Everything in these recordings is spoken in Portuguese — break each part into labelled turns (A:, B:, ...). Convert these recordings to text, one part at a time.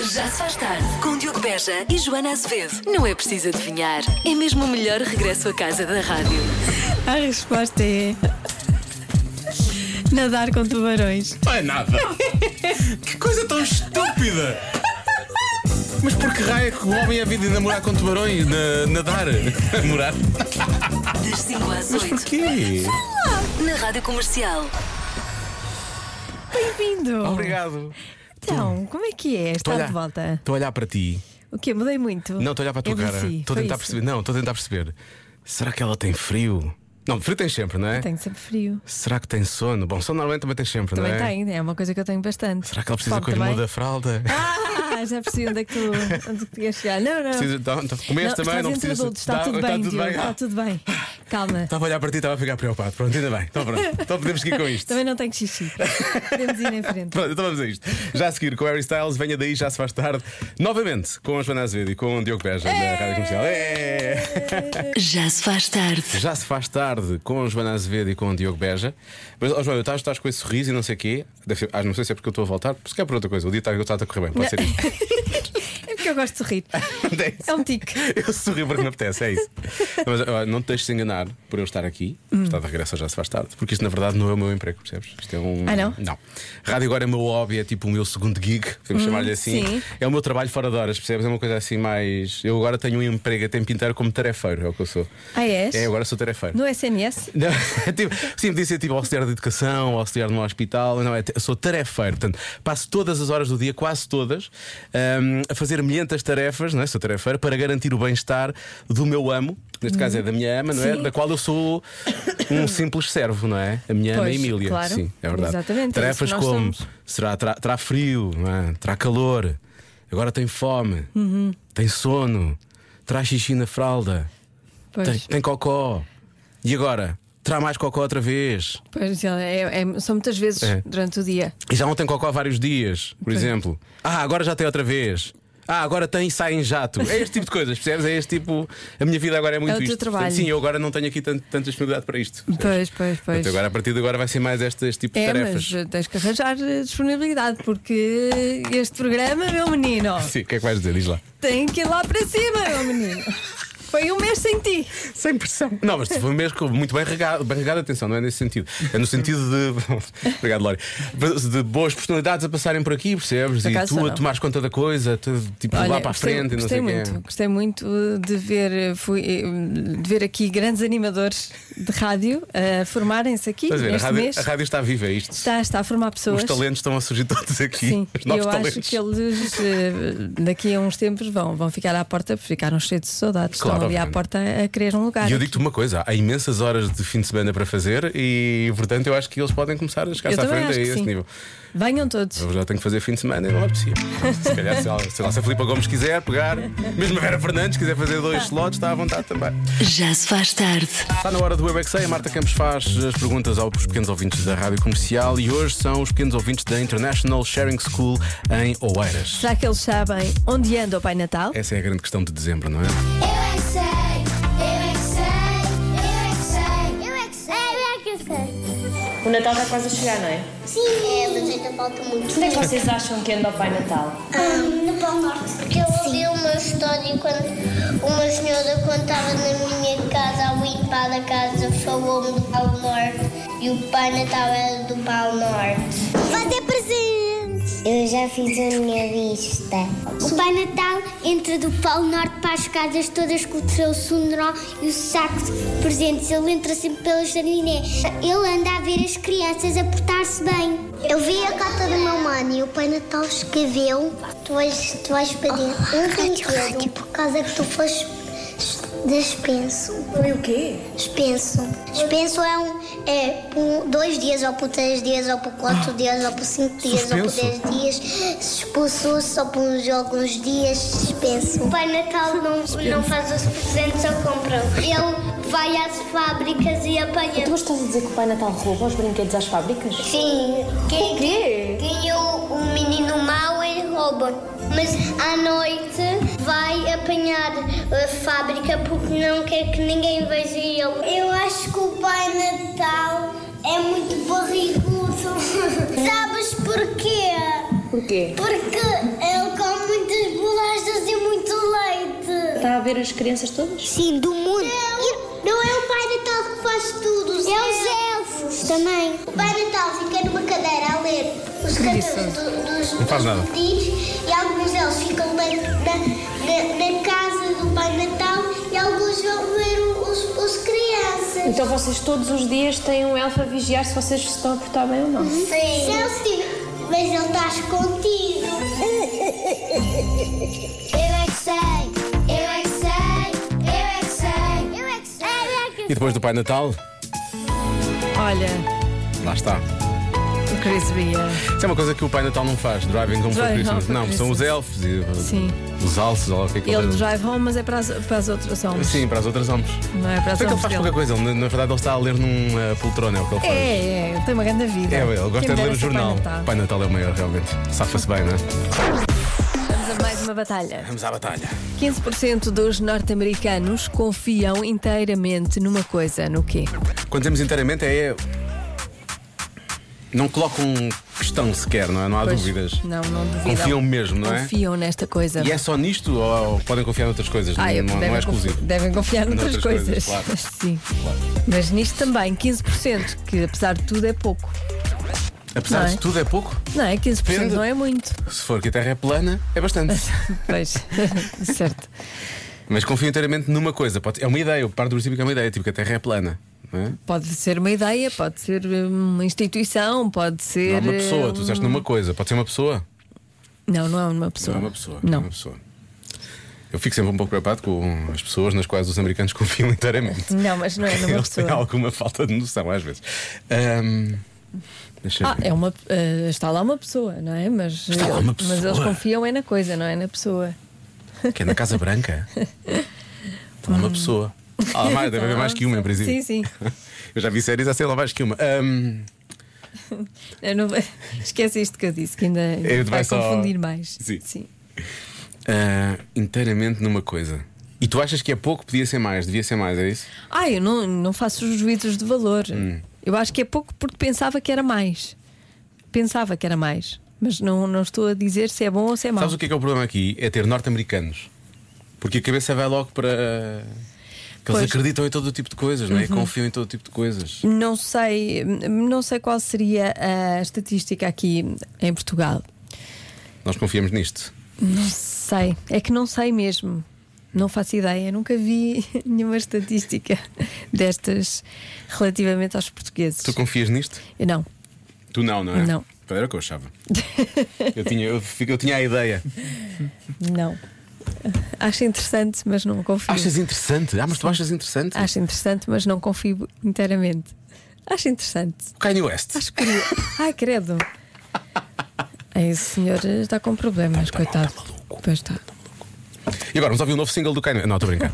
A: Já se faz tarde com Diogo Beja e Joana Azevedo. Não é preciso adivinhar, é mesmo o melhor regresso à casa da rádio.
B: A resposta é. Nadar com tubarões.
C: Não é nada. que coisa tão estúpida. Mas por que raio é que o homem é vida de namorar com tubarões? Na, nadar? Namorar?
A: Das 5 às 8,
C: Porquê?
A: na rádio comercial.
B: Bem-vindo!
C: Obrigado.
B: Então, como é que é?
C: Estou
B: Está
C: a olhar-
B: de volta.
C: Estou a olhar para ti.
B: O quê? Mudei muito? É
C: Não, estou a olhar para a tua cara. Estou
B: Estou
C: a tentar perceber. Não, estou a tentar perceber. Será que ela tem frio? Não, frio tem sempre, não é?
B: Tenho sempre frio.
C: Será que tem sono? Bom, sono normalmente também tem sempre,
B: Também
C: não é?
B: tenho, é uma coisa que eu tenho bastante.
C: Será que ela precisa
B: Fome
C: que eu lhe
B: também?
C: mude a fralda?
B: Ah, já percebi onde é que tu, onde é que tu ias chegar. Não, não.
C: Precisa, tá, tá, comer
B: não,
C: também,
B: estás
C: não
B: entre
C: precisa.
B: adultos, está
C: Tá-
B: tudo
C: tá
B: bem, Diogo,
C: ah.
B: está tudo bem. Calma.
C: Estava a olhar para ti e estava a ficar preocupado. Pronto, ainda bem. Então pronto. Então podemos seguir com isto.
B: Também não tenho xixi. Podemos ir em frente.
C: Pronto, então vamos a isto. Já a seguir com Harry Styles, venha daí, já se faz tarde. Novamente com a Joana Azevedo e com o Diogo Beja na Rádio Comercial. É!
A: Já se faz tarde,
C: Já se faz tarde com a Joana Azevedo e com o Diogo Beja. Mas, ó, Joana, estás, estás com esse sorriso e não sei o quê. Deve ser- ah, não sei se é porque eu estou a voltar, se calhar por outra coisa. O dia está está a correr bem, pode ser isso.
B: É porque eu gosto de sorrir.
C: É isso.
B: É um tique.
C: Eu sorri porque me apetece, é isso. Mas ó, não te deixes enganar por eu estar aqui.
B: Hum.
C: Está de regresso ao já se faz tarde. Porque isto, na verdade, não é o meu emprego, percebes? Isto é um.
B: Ah, não?
C: Não. Rádio agora é o meu hobby, é tipo o meu segundo gig, podemos chamar-lhe assim.
B: Hum, sim.
C: É o meu trabalho fora de horas, percebes? É uma coisa assim mais. Eu agora tenho um emprego a tempo inteiro como tarefeiro, é o que eu sou.
B: Ah, és?
C: É, agora sou tarefeiro.
B: No SNS?
C: Não, tipo, sim, podia ser tipo auxiliar de educação, auxiliar num hospital. Não, é, te- sou tarefeiro, portanto, passo todas as horas do dia, quase todas, hum, a fazer milhentas tarefas, não é? Sou tarefeiro, para garantir o bem-estar do meu amo, neste caso é da minha ama, não é?
B: Sim.
C: Da qual eu sou um simples servo, não é? A minha ama
B: Pois,
C: Emília.
B: claro.
C: Sim, é verdade.
B: Exatamente, é isso
C: Tarefas
B: que nós
C: como
B: somos.
C: será, terá, terá frio, não é? terá calor, agora tem fome,
B: Uhum.
C: tem sono, terá xixi na fralda. Tem,
B: Pois.
C: tem cocó. E agora? Terá mais cocó outra vez.
B: Pois, é, é- são muitas vezes
C: É.
B: durante o dia.
C: E já não tem cocó há vários dias, por
B: Pois.
C: exemplo. Ah, agora já tem outra vez. Ah, agora tem e sai em jato. É este tipo de coisas, percebes? É este tipo. A minha vida agora é muito
B: É o teu
C: isto. Portanto,
B: trabalho.
C: sim, eu agora não tenho aqui tanto, tanta disponibilidade para isto. percebes?
B: Pois, pois, pois.
C: Portanto, agora, a partir de agora vai ser mais este, este tipo de
B: É,
C: tarefas.
B: mas tens que arranjar eh, disponibilidade, porque este programa, meu menino,
C: Sim, o que é que vais dizer? Diz lá.
B: tem que ir lá para cima, meu menino. Foi um mês sem ti.
C: Sem pressão. Não, mas foi um mesmo muito bem regado, bem regado, atenção, não é nesse sentido. É no sentido de. Obrigado, Lori. De boas personalidades a passarem por aqui, percebes?
B: Por
C: e
B: acaso
C: tu a
B: não.
C: tomares conta da coisa, tu, tipo lá para a
B: gostei,
C: frente e não
B: gostei
C: sei é. o
B: muito,
C: quê.
B: gostei muito eh, de ver, eh, fui, eh, de ver aqui grandes animadores de rádio a formarem-se aqui
C: Estás a ver, a
B: neste
C: rádio,
B: mês.
C: a rádio está viva, é isto.
B: Está, está a formar pessoas.
C: Os talentos estão a surgir todos aqui.
B: Sim,
C: Os novos
B: eu
C: talentos.
B: acho que eles eh, daqui a uns tempos vão, vão ficar à porta, porque ficaram cheios de saudades. Estão
C: Claro,
B: ali à
C: obviamente.
B: porta a querer um lugar.
C: E eu digo-te uma coisa, há imensas horas de fim de semana para fazer e, portanto, eu acho que eles podem começar a chegar
B: Eu
C: à
B: também
C: frente
B: acho
C: a
B: que
C: esse
B: sim.
C: nível.
B: Venham todos.
C: Eu já tenho que fazer fim de semana e não é possível. Se calhar, se, ela- sei lá, se a Filipa Gomes quiser pegar, mesmo a Vera Fernandes quiser fazer dois slots, está à vontade também.
A: já se faz tarde,
C: Está na hora do WebXA, a Marta Campos faz as perguntas aos pequenos ouvintes da rádio comercial e hoje são os pequenos ouvintes da International Sharing School em Oeiras.
B: Será que eles sabem onde anda o Pai Natal?
C: Essa é a grande questão de dezembro, não é?
D: Eu é que sei, eu é que sei, eu é que sei, eu é que sei, eu é que sei.
E: O Natal está quase a chegar, não é?
D: Sim, é, mas ainda falta muito. Ah,
E: Onde é que vocês acham que anda o Pai Natal?
D: no Pão Norte. Porque eu ouvi uma história quando uma senhora contava na minha casa, ao ir para casa, falou-me do Pão Norte e o Pai Natal era do Pão Norte. Vai ter presentes! Eu já fiz a minha lista. O Pai Natal entra do Pão Norte para as casas todas com o seu sunderó e o saco de presentes. Ele entra sempre pelo jardiné. Ele anda a ver as crianças a portar-se bem. Eu vi a carta da mamãe e o Pai Natal escreveu. Tu vais, tu vais pedir um brinquedo por causa que tu foste despenso.
E: Foi o quê?
D: Expenso. Expenso é um. É por dois dias, ou por três dias, ou por
E: Ah.
D: quatro dias, ou por cinco dias, ou por dez
C: Suspenso.
D: dias. Expulsou só por uns alguns dias. Expenso. O Pai Natal não, não faz os presentes ou compra. um. Ele vai às fábricas e apanha.
E: Tu mas estás a dizer que o Pai Natal rouba os brinquedos às fábricas?
D: Sim. Quem,
E: quê?
D: quem o, o menino mau ele rouba. Mas à noite vai apanhar a fábrica porque não quer que ninguém veja ele. Eu acho que o Pai Natal é muito barrigudo. Sabes porquê?
E: Porquê?
D: Porque ele come muito
E: ver as crianças todas?
F: Sim, do mundo.
D: Não, não é o Pai Natal que faz tudo.
F: É os elfos também.
D: O Pai Natal fica numa cadeira a ler os cartões do, dos,
C: Não faz
D: dos
C: nada.
D: pedidos e alguns deles ficam na, na, na- na casa do Pai Natal e alguns vão ver o- os, os crianças.
E: Então vocês todos os dias têm um elfo a vigiar se vocês se estão a portar bem ou não.
D: Sim. Se ele estiver- mas ele está escondido. Eu é que sei, eu é que sei, eu é que sei, eu é que sei.
C: E depois do Pai Natal, É.
B: Olha,
C: lá está.
B: o Chris Ria.
C: Isso é uma coisa que o Pai Natal não faz, driving como for
B: Drive Home
C: Christmas.
B: for
C: Não, são
B: Christmas.
C: os elfos e uh,
B: Sim.
C: os alces, ou lá o que é que
B: Ele
C: eles-
B: drive home, mas é para as, para as outras homens.
C: Sim, para as outras homens.
B: Não é para as
C: Sei que
B: homens
C: ele faz
B: dele.
C: pouca coisa, ele, na na verdade ele está a ler num eh, poltrona, é o que ele faz.
B: É, é, tem uma grande vida.
C: É, ele
B: Quem
C: gosta de
B: dera
C: ler o
B: ser Pai
C: jornal.
B: Natal.
C: Pai Natal é o maior, realmente. Safa-se bem, não é?
B: Vamos a mais uma batalha.
C: Vamos à batalha.
B: 15% dos norte-americanos confiam inteiramente numa coisa, no quê?
C: Quando dizemos inteiramente é. Não colocam questão sequer, não é? Não há
B: Pois,
C: dúvidas.
B: Não, não duvidam.
C: Confiam mesmo, não é?
B: Confiam nesta coisa.
C: E é só nisto ou podem confiar noutras coisas?
B: Ah, eu-
C: não, não
B: devem,
C: é
B: confi-
C: exclusivo.
B: devem confiar noutras,
C: Noutras
B: coisas.
C: coisas, claro.
B: Sim. Mas nisto também, 15%, que apesar de tudo é pouco.
C: Apesar
B: Não é?
C: de tudo, é pouco.
B: Não é? 15%
C: Depende.
B: não é muito.
C: Se for que a Terra é plana, é bastante.
B: Pois, certo.
C: Mas confio inteiramente numa coisa. Pode- É uma ideia, eu parto do princípio que é uma ideia, tipo que a Terra é plana. Não é?
B: Pode ser uma ideia, pode ser hum, uma instituição, pode
C: Não é
B: ser.
C: uma pessoa,
B: eh,
C: tu disseste numa coisa. Pode ser uma pessoa?
B: Não, não é uma pessoa.
C: Não é uma pessoa.
B: Não.
C: é uma pessoa. Eu fico sempre um pouco preocupado com as pessoas nas quais os americanos confiam inteiramente.
B: Não, mas não é numa
C: Eles têm
B: pessoa.
C: alguma falta de noção às vezes. Ahm, deixa eu
B: Ah,
C: ver.
B: é uma, eh, está lá uma pessoa, não é? Mas,
C: Está lá uma
B: mas eles
C: pessoa.
B: confiam é na coisa, não é na pessoa.
C: Que é na Casa Branca. Está lá uma pessoa. Ah, lá mais, deve haver mais que uma, em princípio.
B: Sim, sim.
C: Eu já vi séries, há sei lá mais que uma. Ahm,
B: Eu não- Esquece isto que eu disse, que ainda
C: Eu
B: vai
C: vai só-
B: confundir mais.
C: Sim. ah, inteiramente numa coisa. E tu achas que é pouco? Podia ser mais, devia ser mais, é isso?
B: Ah, eu não, não faço os juízos de valor.
C: Hum.
B: Eu acho que é pouco porque pensava que era mais. Pensava que era mais. Mas não, não estou a dizer se é bom ou se é mau.
C: Sabes o que é, que é o problema aqui? É ter norte-americanos. Porque a cabeça vai logo para. Que
B: Pois.
C: eles
B: Uhum.
C: acreditam em todo o tipo de coisas, não é? Confiam em todo o tipo de coisas.
B: Não sei, não sei qual seria a estatística aqui em Portugal.
C: Nós confiamos nisto.
B: Não sei. É que não sei mesmo. Não faço ideia. Nunca vi nenhuma estatística destas relativamente aos portugueses.
C: Tu confias nisto?
B: Eu Não.
C: Tu não, não é?
B: Não.
C: Era o que eu achava. eu, tinha, eu, fico- eu tinha a ideia.
B: Não. Acho interessante, mas não confio.
C: Achas interessante? Ah, mas tu achas interessante?
B: Acho interessante, mas não confio inteiramente. Acho interessante.
C: O Kanye West.
B: Acho curioso. Ai, credo. Ai, Esse senhor está com problemas,
C: Tá
B: coitado. Pois tá. está.
C: E agora vamos ouvir o novo single do Kanye West. Não, estou a brincar.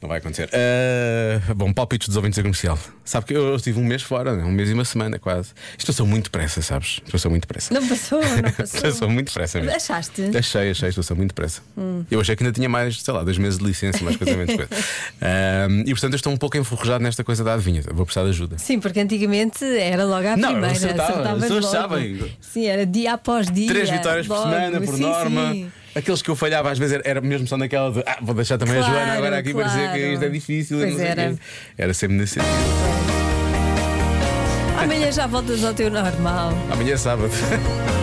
C: não vai acontecer. Ah, bom, palpites dos ouvintes da comercial. Sabe que eu estive um mês fora, né? um mês e uma semana quase. Isto passou muito depressa, sabes? Isto passou muito depressa.
B: Não passou, não passou.
C: Passou muito depressa mesmo.
B: Achaste? Hum.
C: Achei, achei, estou a ser muito depressa. Eu achei que ainda tinha mais, sei lá, dois meses de licença, mais casamento. coisa. Ahm, e portanto eu estou um pouco enferrujado nesta coisa da adivinha. Vou precisar de ajuda.
B: Sim, porque antigamente era logo à
C: Não, eu
B: primeira.
C: acertava,
B: acertavas
C: as pessoas
B: logo.
C: sabem.
B: Sim, era dia após dia.
C: Três vitórias por
B: logo.
C: semana, por
B: é, Sim,
C: norma.
B: sim.
C: Aqueles que eu falhava às vezes era- era mesmo só naquela de ah, vou deixar também
B: Claro,
C: a Joana agora aqui para dizer
B: claro.
C: que isto é difícil. e
B: Pois
C: não sei o
B: era.
C: quê. Era sempre nesse sentido.
B: Amanhã já voltas ao teu normal.
C: Amanhã é sábado.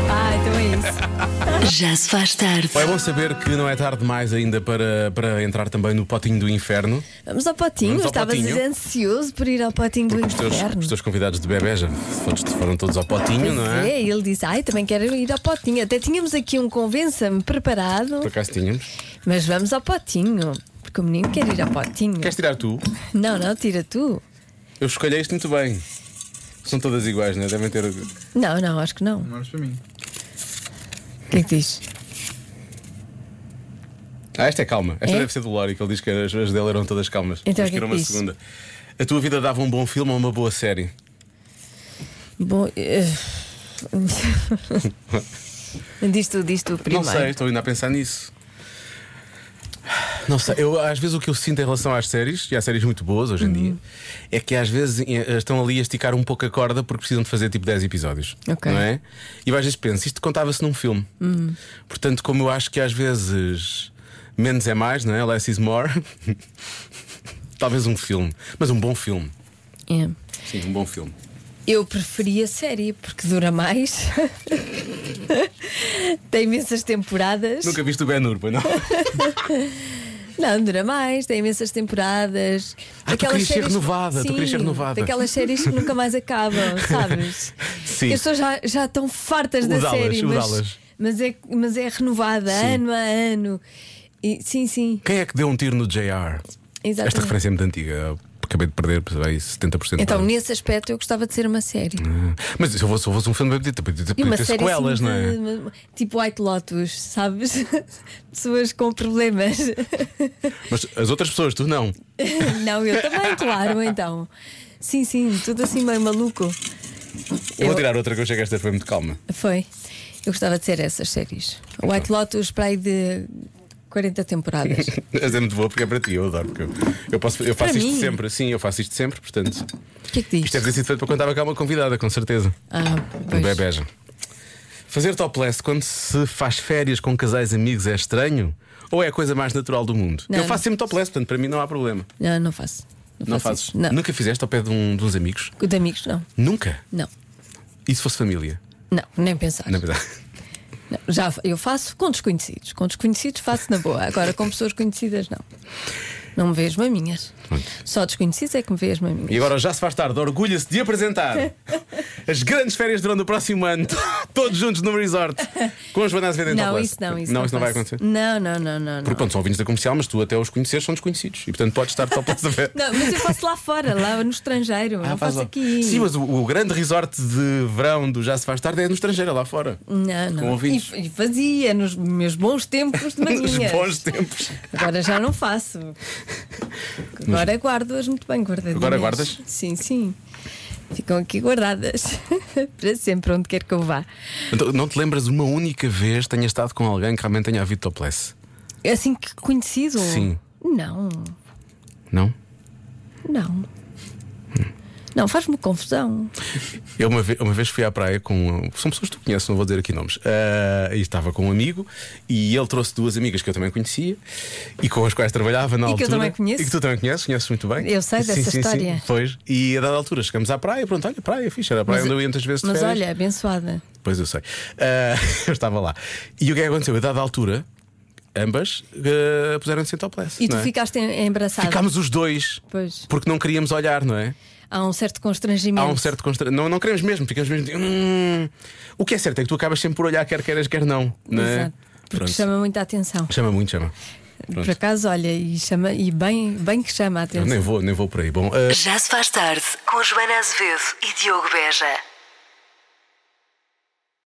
B: Ah, então é isso.
A: Já se faz tarde.
C: Bom, é bom saber que não é tarde demais ainda para, para entrar também no potinho do inferno.
B: Vamos ao potinho.
C: Vamos ao
B: Estavas
C: potinho.
B: ansioso por ir ao potinho do
C: Os teus,
B: inferno.
C: os teus convidados de bebê já foram- foram todos ao potinho, não
B: Pois
C: é?
B: é, ele disse, ai, também quero ir ao potinho. Até tínhamos aqui um convença-me
C: Por
B: preparado,
C: acaso tínhamos.
B: mas vamos ao potinho. Porque o menino quer ir ao potinho.
C: Queres tirar tu?
B: Não, não, tira tu.
C: Eu escolhi isto muito bem. São todas iguais, não é? Devem ter.
B: Não, não, acho que não. Não para mim. O que é que diz?
C: Ah, esta é calma. Esta
B: É?
C: deve ser do Lori, que ele diz que as, as dela eram todas calmas.
B: Então,
C: Vamos
B: o que é
C: tirar
B: que
C: uma
B: diz?
C: segunda. A tua vida dava um bom filme ou uma boa série?
B: Bom. eh, diz tu, diz tu primeiro.
C: Não sei, estou ainda a pensar nisso. Não sei, eu, às vezes o que eu sinto em relação às séries, e há séries muito boas hoje em
B: Uhum.
C: dia, é que às vezes eh, estão ali a esticar um pouco a corda porque precisam de fazer tipo 10 episódios.
B: Ok. Hum.
C: Não é? E eu às vezes penso, isto contava-se num filme. Portanto, como eu acho que às vezes Menos é mais, não é? Less is more. Talvez um filme, mas um bom filme.
B: É.
C: Sim, um bom filme.
B: Eu preferia série porque dura mais. tem imensas temporadas.
C: Nunca viste o Ben Urban, não?
B: Não, dura mais, tem imensas temporadas.
C: Ah, tu querias ser renovada, tu
B: Sim,
C: querias ser renovada.
B: Daquelas séries que nunca mais acabam, sabes?
C: Sim.
B: Que As pessoas já, já estão fartas da
C: Usá-las,
B: série, mas,
C: usá-las.
B: mas, é, mas é renovada
C: Sim.
B: ano a ano. E, sim, sim,
C: Quem é que deu um tiro no JR?
B: exatamente.
C: Esta referência é muito antiga. Eu Acabei de perder pois, aí 70%.
B: Então,
C: Ah.
B: nesse aspecto, eu gostava de ser uma série.
C: Mas se eu fosse, se eu fosse um filme, eu podia ter- podia ter
B: E uma
C: podia ter
B: série
C: sequelas,
B: assim
C: não é?
B: de- tipo White Lotus, sabes? Pessoas com problemas.
C: Mas as outras pessoas, tu não.
B: Não, eu também, claro, então. Sim, sim, tudo assim meio maluco.
C: Eu vou
B: Eu-
C: tirar outra que eu chego esta foi muito calma.
B: Foi. Eu gostava de ser essas séries. White Lotus para aí de 40 temporadas.
C: Mas é muito boa porque é para ti, eu adoro. Porque eu, eu posso, eu faço
B: Para
C: isto
B: mim?
C: sempre, sim, eu faço isto sempre, portanto.
B: O que é que diz?
C: Isto deve ter sido feito para quando estava cá uma convidada, com certeza.
B: Ah,
C: Um
B: pois.
C: bebeja. Fazer topless quando se faz férias com casais amigos é estranho? Ou é a coisa mais natural do mundo?
B: Não.
C: Eu faço sempre topless, portanto, para mim não há problema.
B: Não, não faço.
C: Não
B: faço
C: fazes?
B: isso. Não.
C: Nunca fizeste ao pé de, um, de uns amigos?
B: De amigos, não.
C: Nunca.
B: Não.
C: E se fosse família?
B: Não, nem pensar.
C: Na verdade.
B: Não, já, eu faço com desconhecidos. Com desconhecidos faço na boa. Agora, com pessoas conhecidas, não. Não me vê as maminhas. Só desconhecidos é que me vê as maminhas.
C: E agora já se faz tarde, orgulha-se de apresentar as grandes férias durante o próximo ano, todos juntos no resort, com os Joana Azevedo em
B: Não,
C: topless.
B: isso não, isso
C: não,
B: não.
C: isso não vai
B: faço.
C: acontecer.
B: Não, não, não, não.
C: Porque
B: não.
C: pronto, são ouvintes da comercial, mas tu até os conheces são desconhecidos. E portanto podes estar topless a ver.
B: Não, mas eu faço lá fora, lá no estrangeiro.
C: Ah,
B: não
C: faz
B: faço
C: lá.
B: aqui.
C: Sim, mas o, o grande resort de verão do Já Se Faz Tarde é no estrangeiro, é lá fora.
B: Não, não.
C: Com ouvintes.
B: E, e fazia nos meus bons tempos de
C: Nos
B: maminhas.
C: bons tempos.
B: Agora já não faço. Agora guardo-as muito bem guardadinhas.
C: Agora guardas?
B: Sim, sim. Ficam aqui guardadas para sempre, onde quer que eu vá.
C: Então, não te lembras uma única vez tenha estado com alguém que realmente tenha havido topless?
B: É assim que conhecido?
C: Sim.
B: Não,
C: Não?
B: não. Não, faz-me confusão.
C: Eu uma vez, uma vez fui à praia com. um, São pessoas que tu conheces, não vou dizer aqui nomes. Ah, e estava com um amigo e ele trouxe duas amigas que eu também conhecia e com as quais trabalhava na
B: E que eu
C: altura.
B: também conheço.
C: E que tu também conheces, conheces muito bem.
B: Eu sei
C: Sim,
B: dessa
C: sim, sim.
B: história.
C: Pois. E a dada altura chegamos à praia, pronto, olha, praia, fixe, era a praia
B: Mas-
C: onde eu ia muitas vezes de
B: Mas
C: férias.
B: olha, abençoada.
C: Pois eu sei. Ah, eu estava lá. E o que é que aconteceu? A dada altura, ambas ah, puseram-se em topless.
B: E tu
C: não é?
B: ficaste em- embraçada.
C: Ficámos os dois.
B: Pois.
C: Porque não queríamos olhar, não é?
B: Há um certo
C: Há
B: constrangimento.
C: um certo constrangimento. Não, não queremos mesmo, ficamos mesmo. de, "Hum". O que é certo é que tu acabas sempre por olhar, quer queiras, quer não. não é?
B: Exato. Porque
C: Pronto.
B: chama muita atenção.
C: Chama muito, chama.
B: Por acaso, olha, e, chama, e bem, bem que chama a
C: Eu
B: atenção.
C: eh, nem vou, nem vou por aí. Bom, ah,
A: Já se faz tarde com Joana Azevedo e Diogo Beja.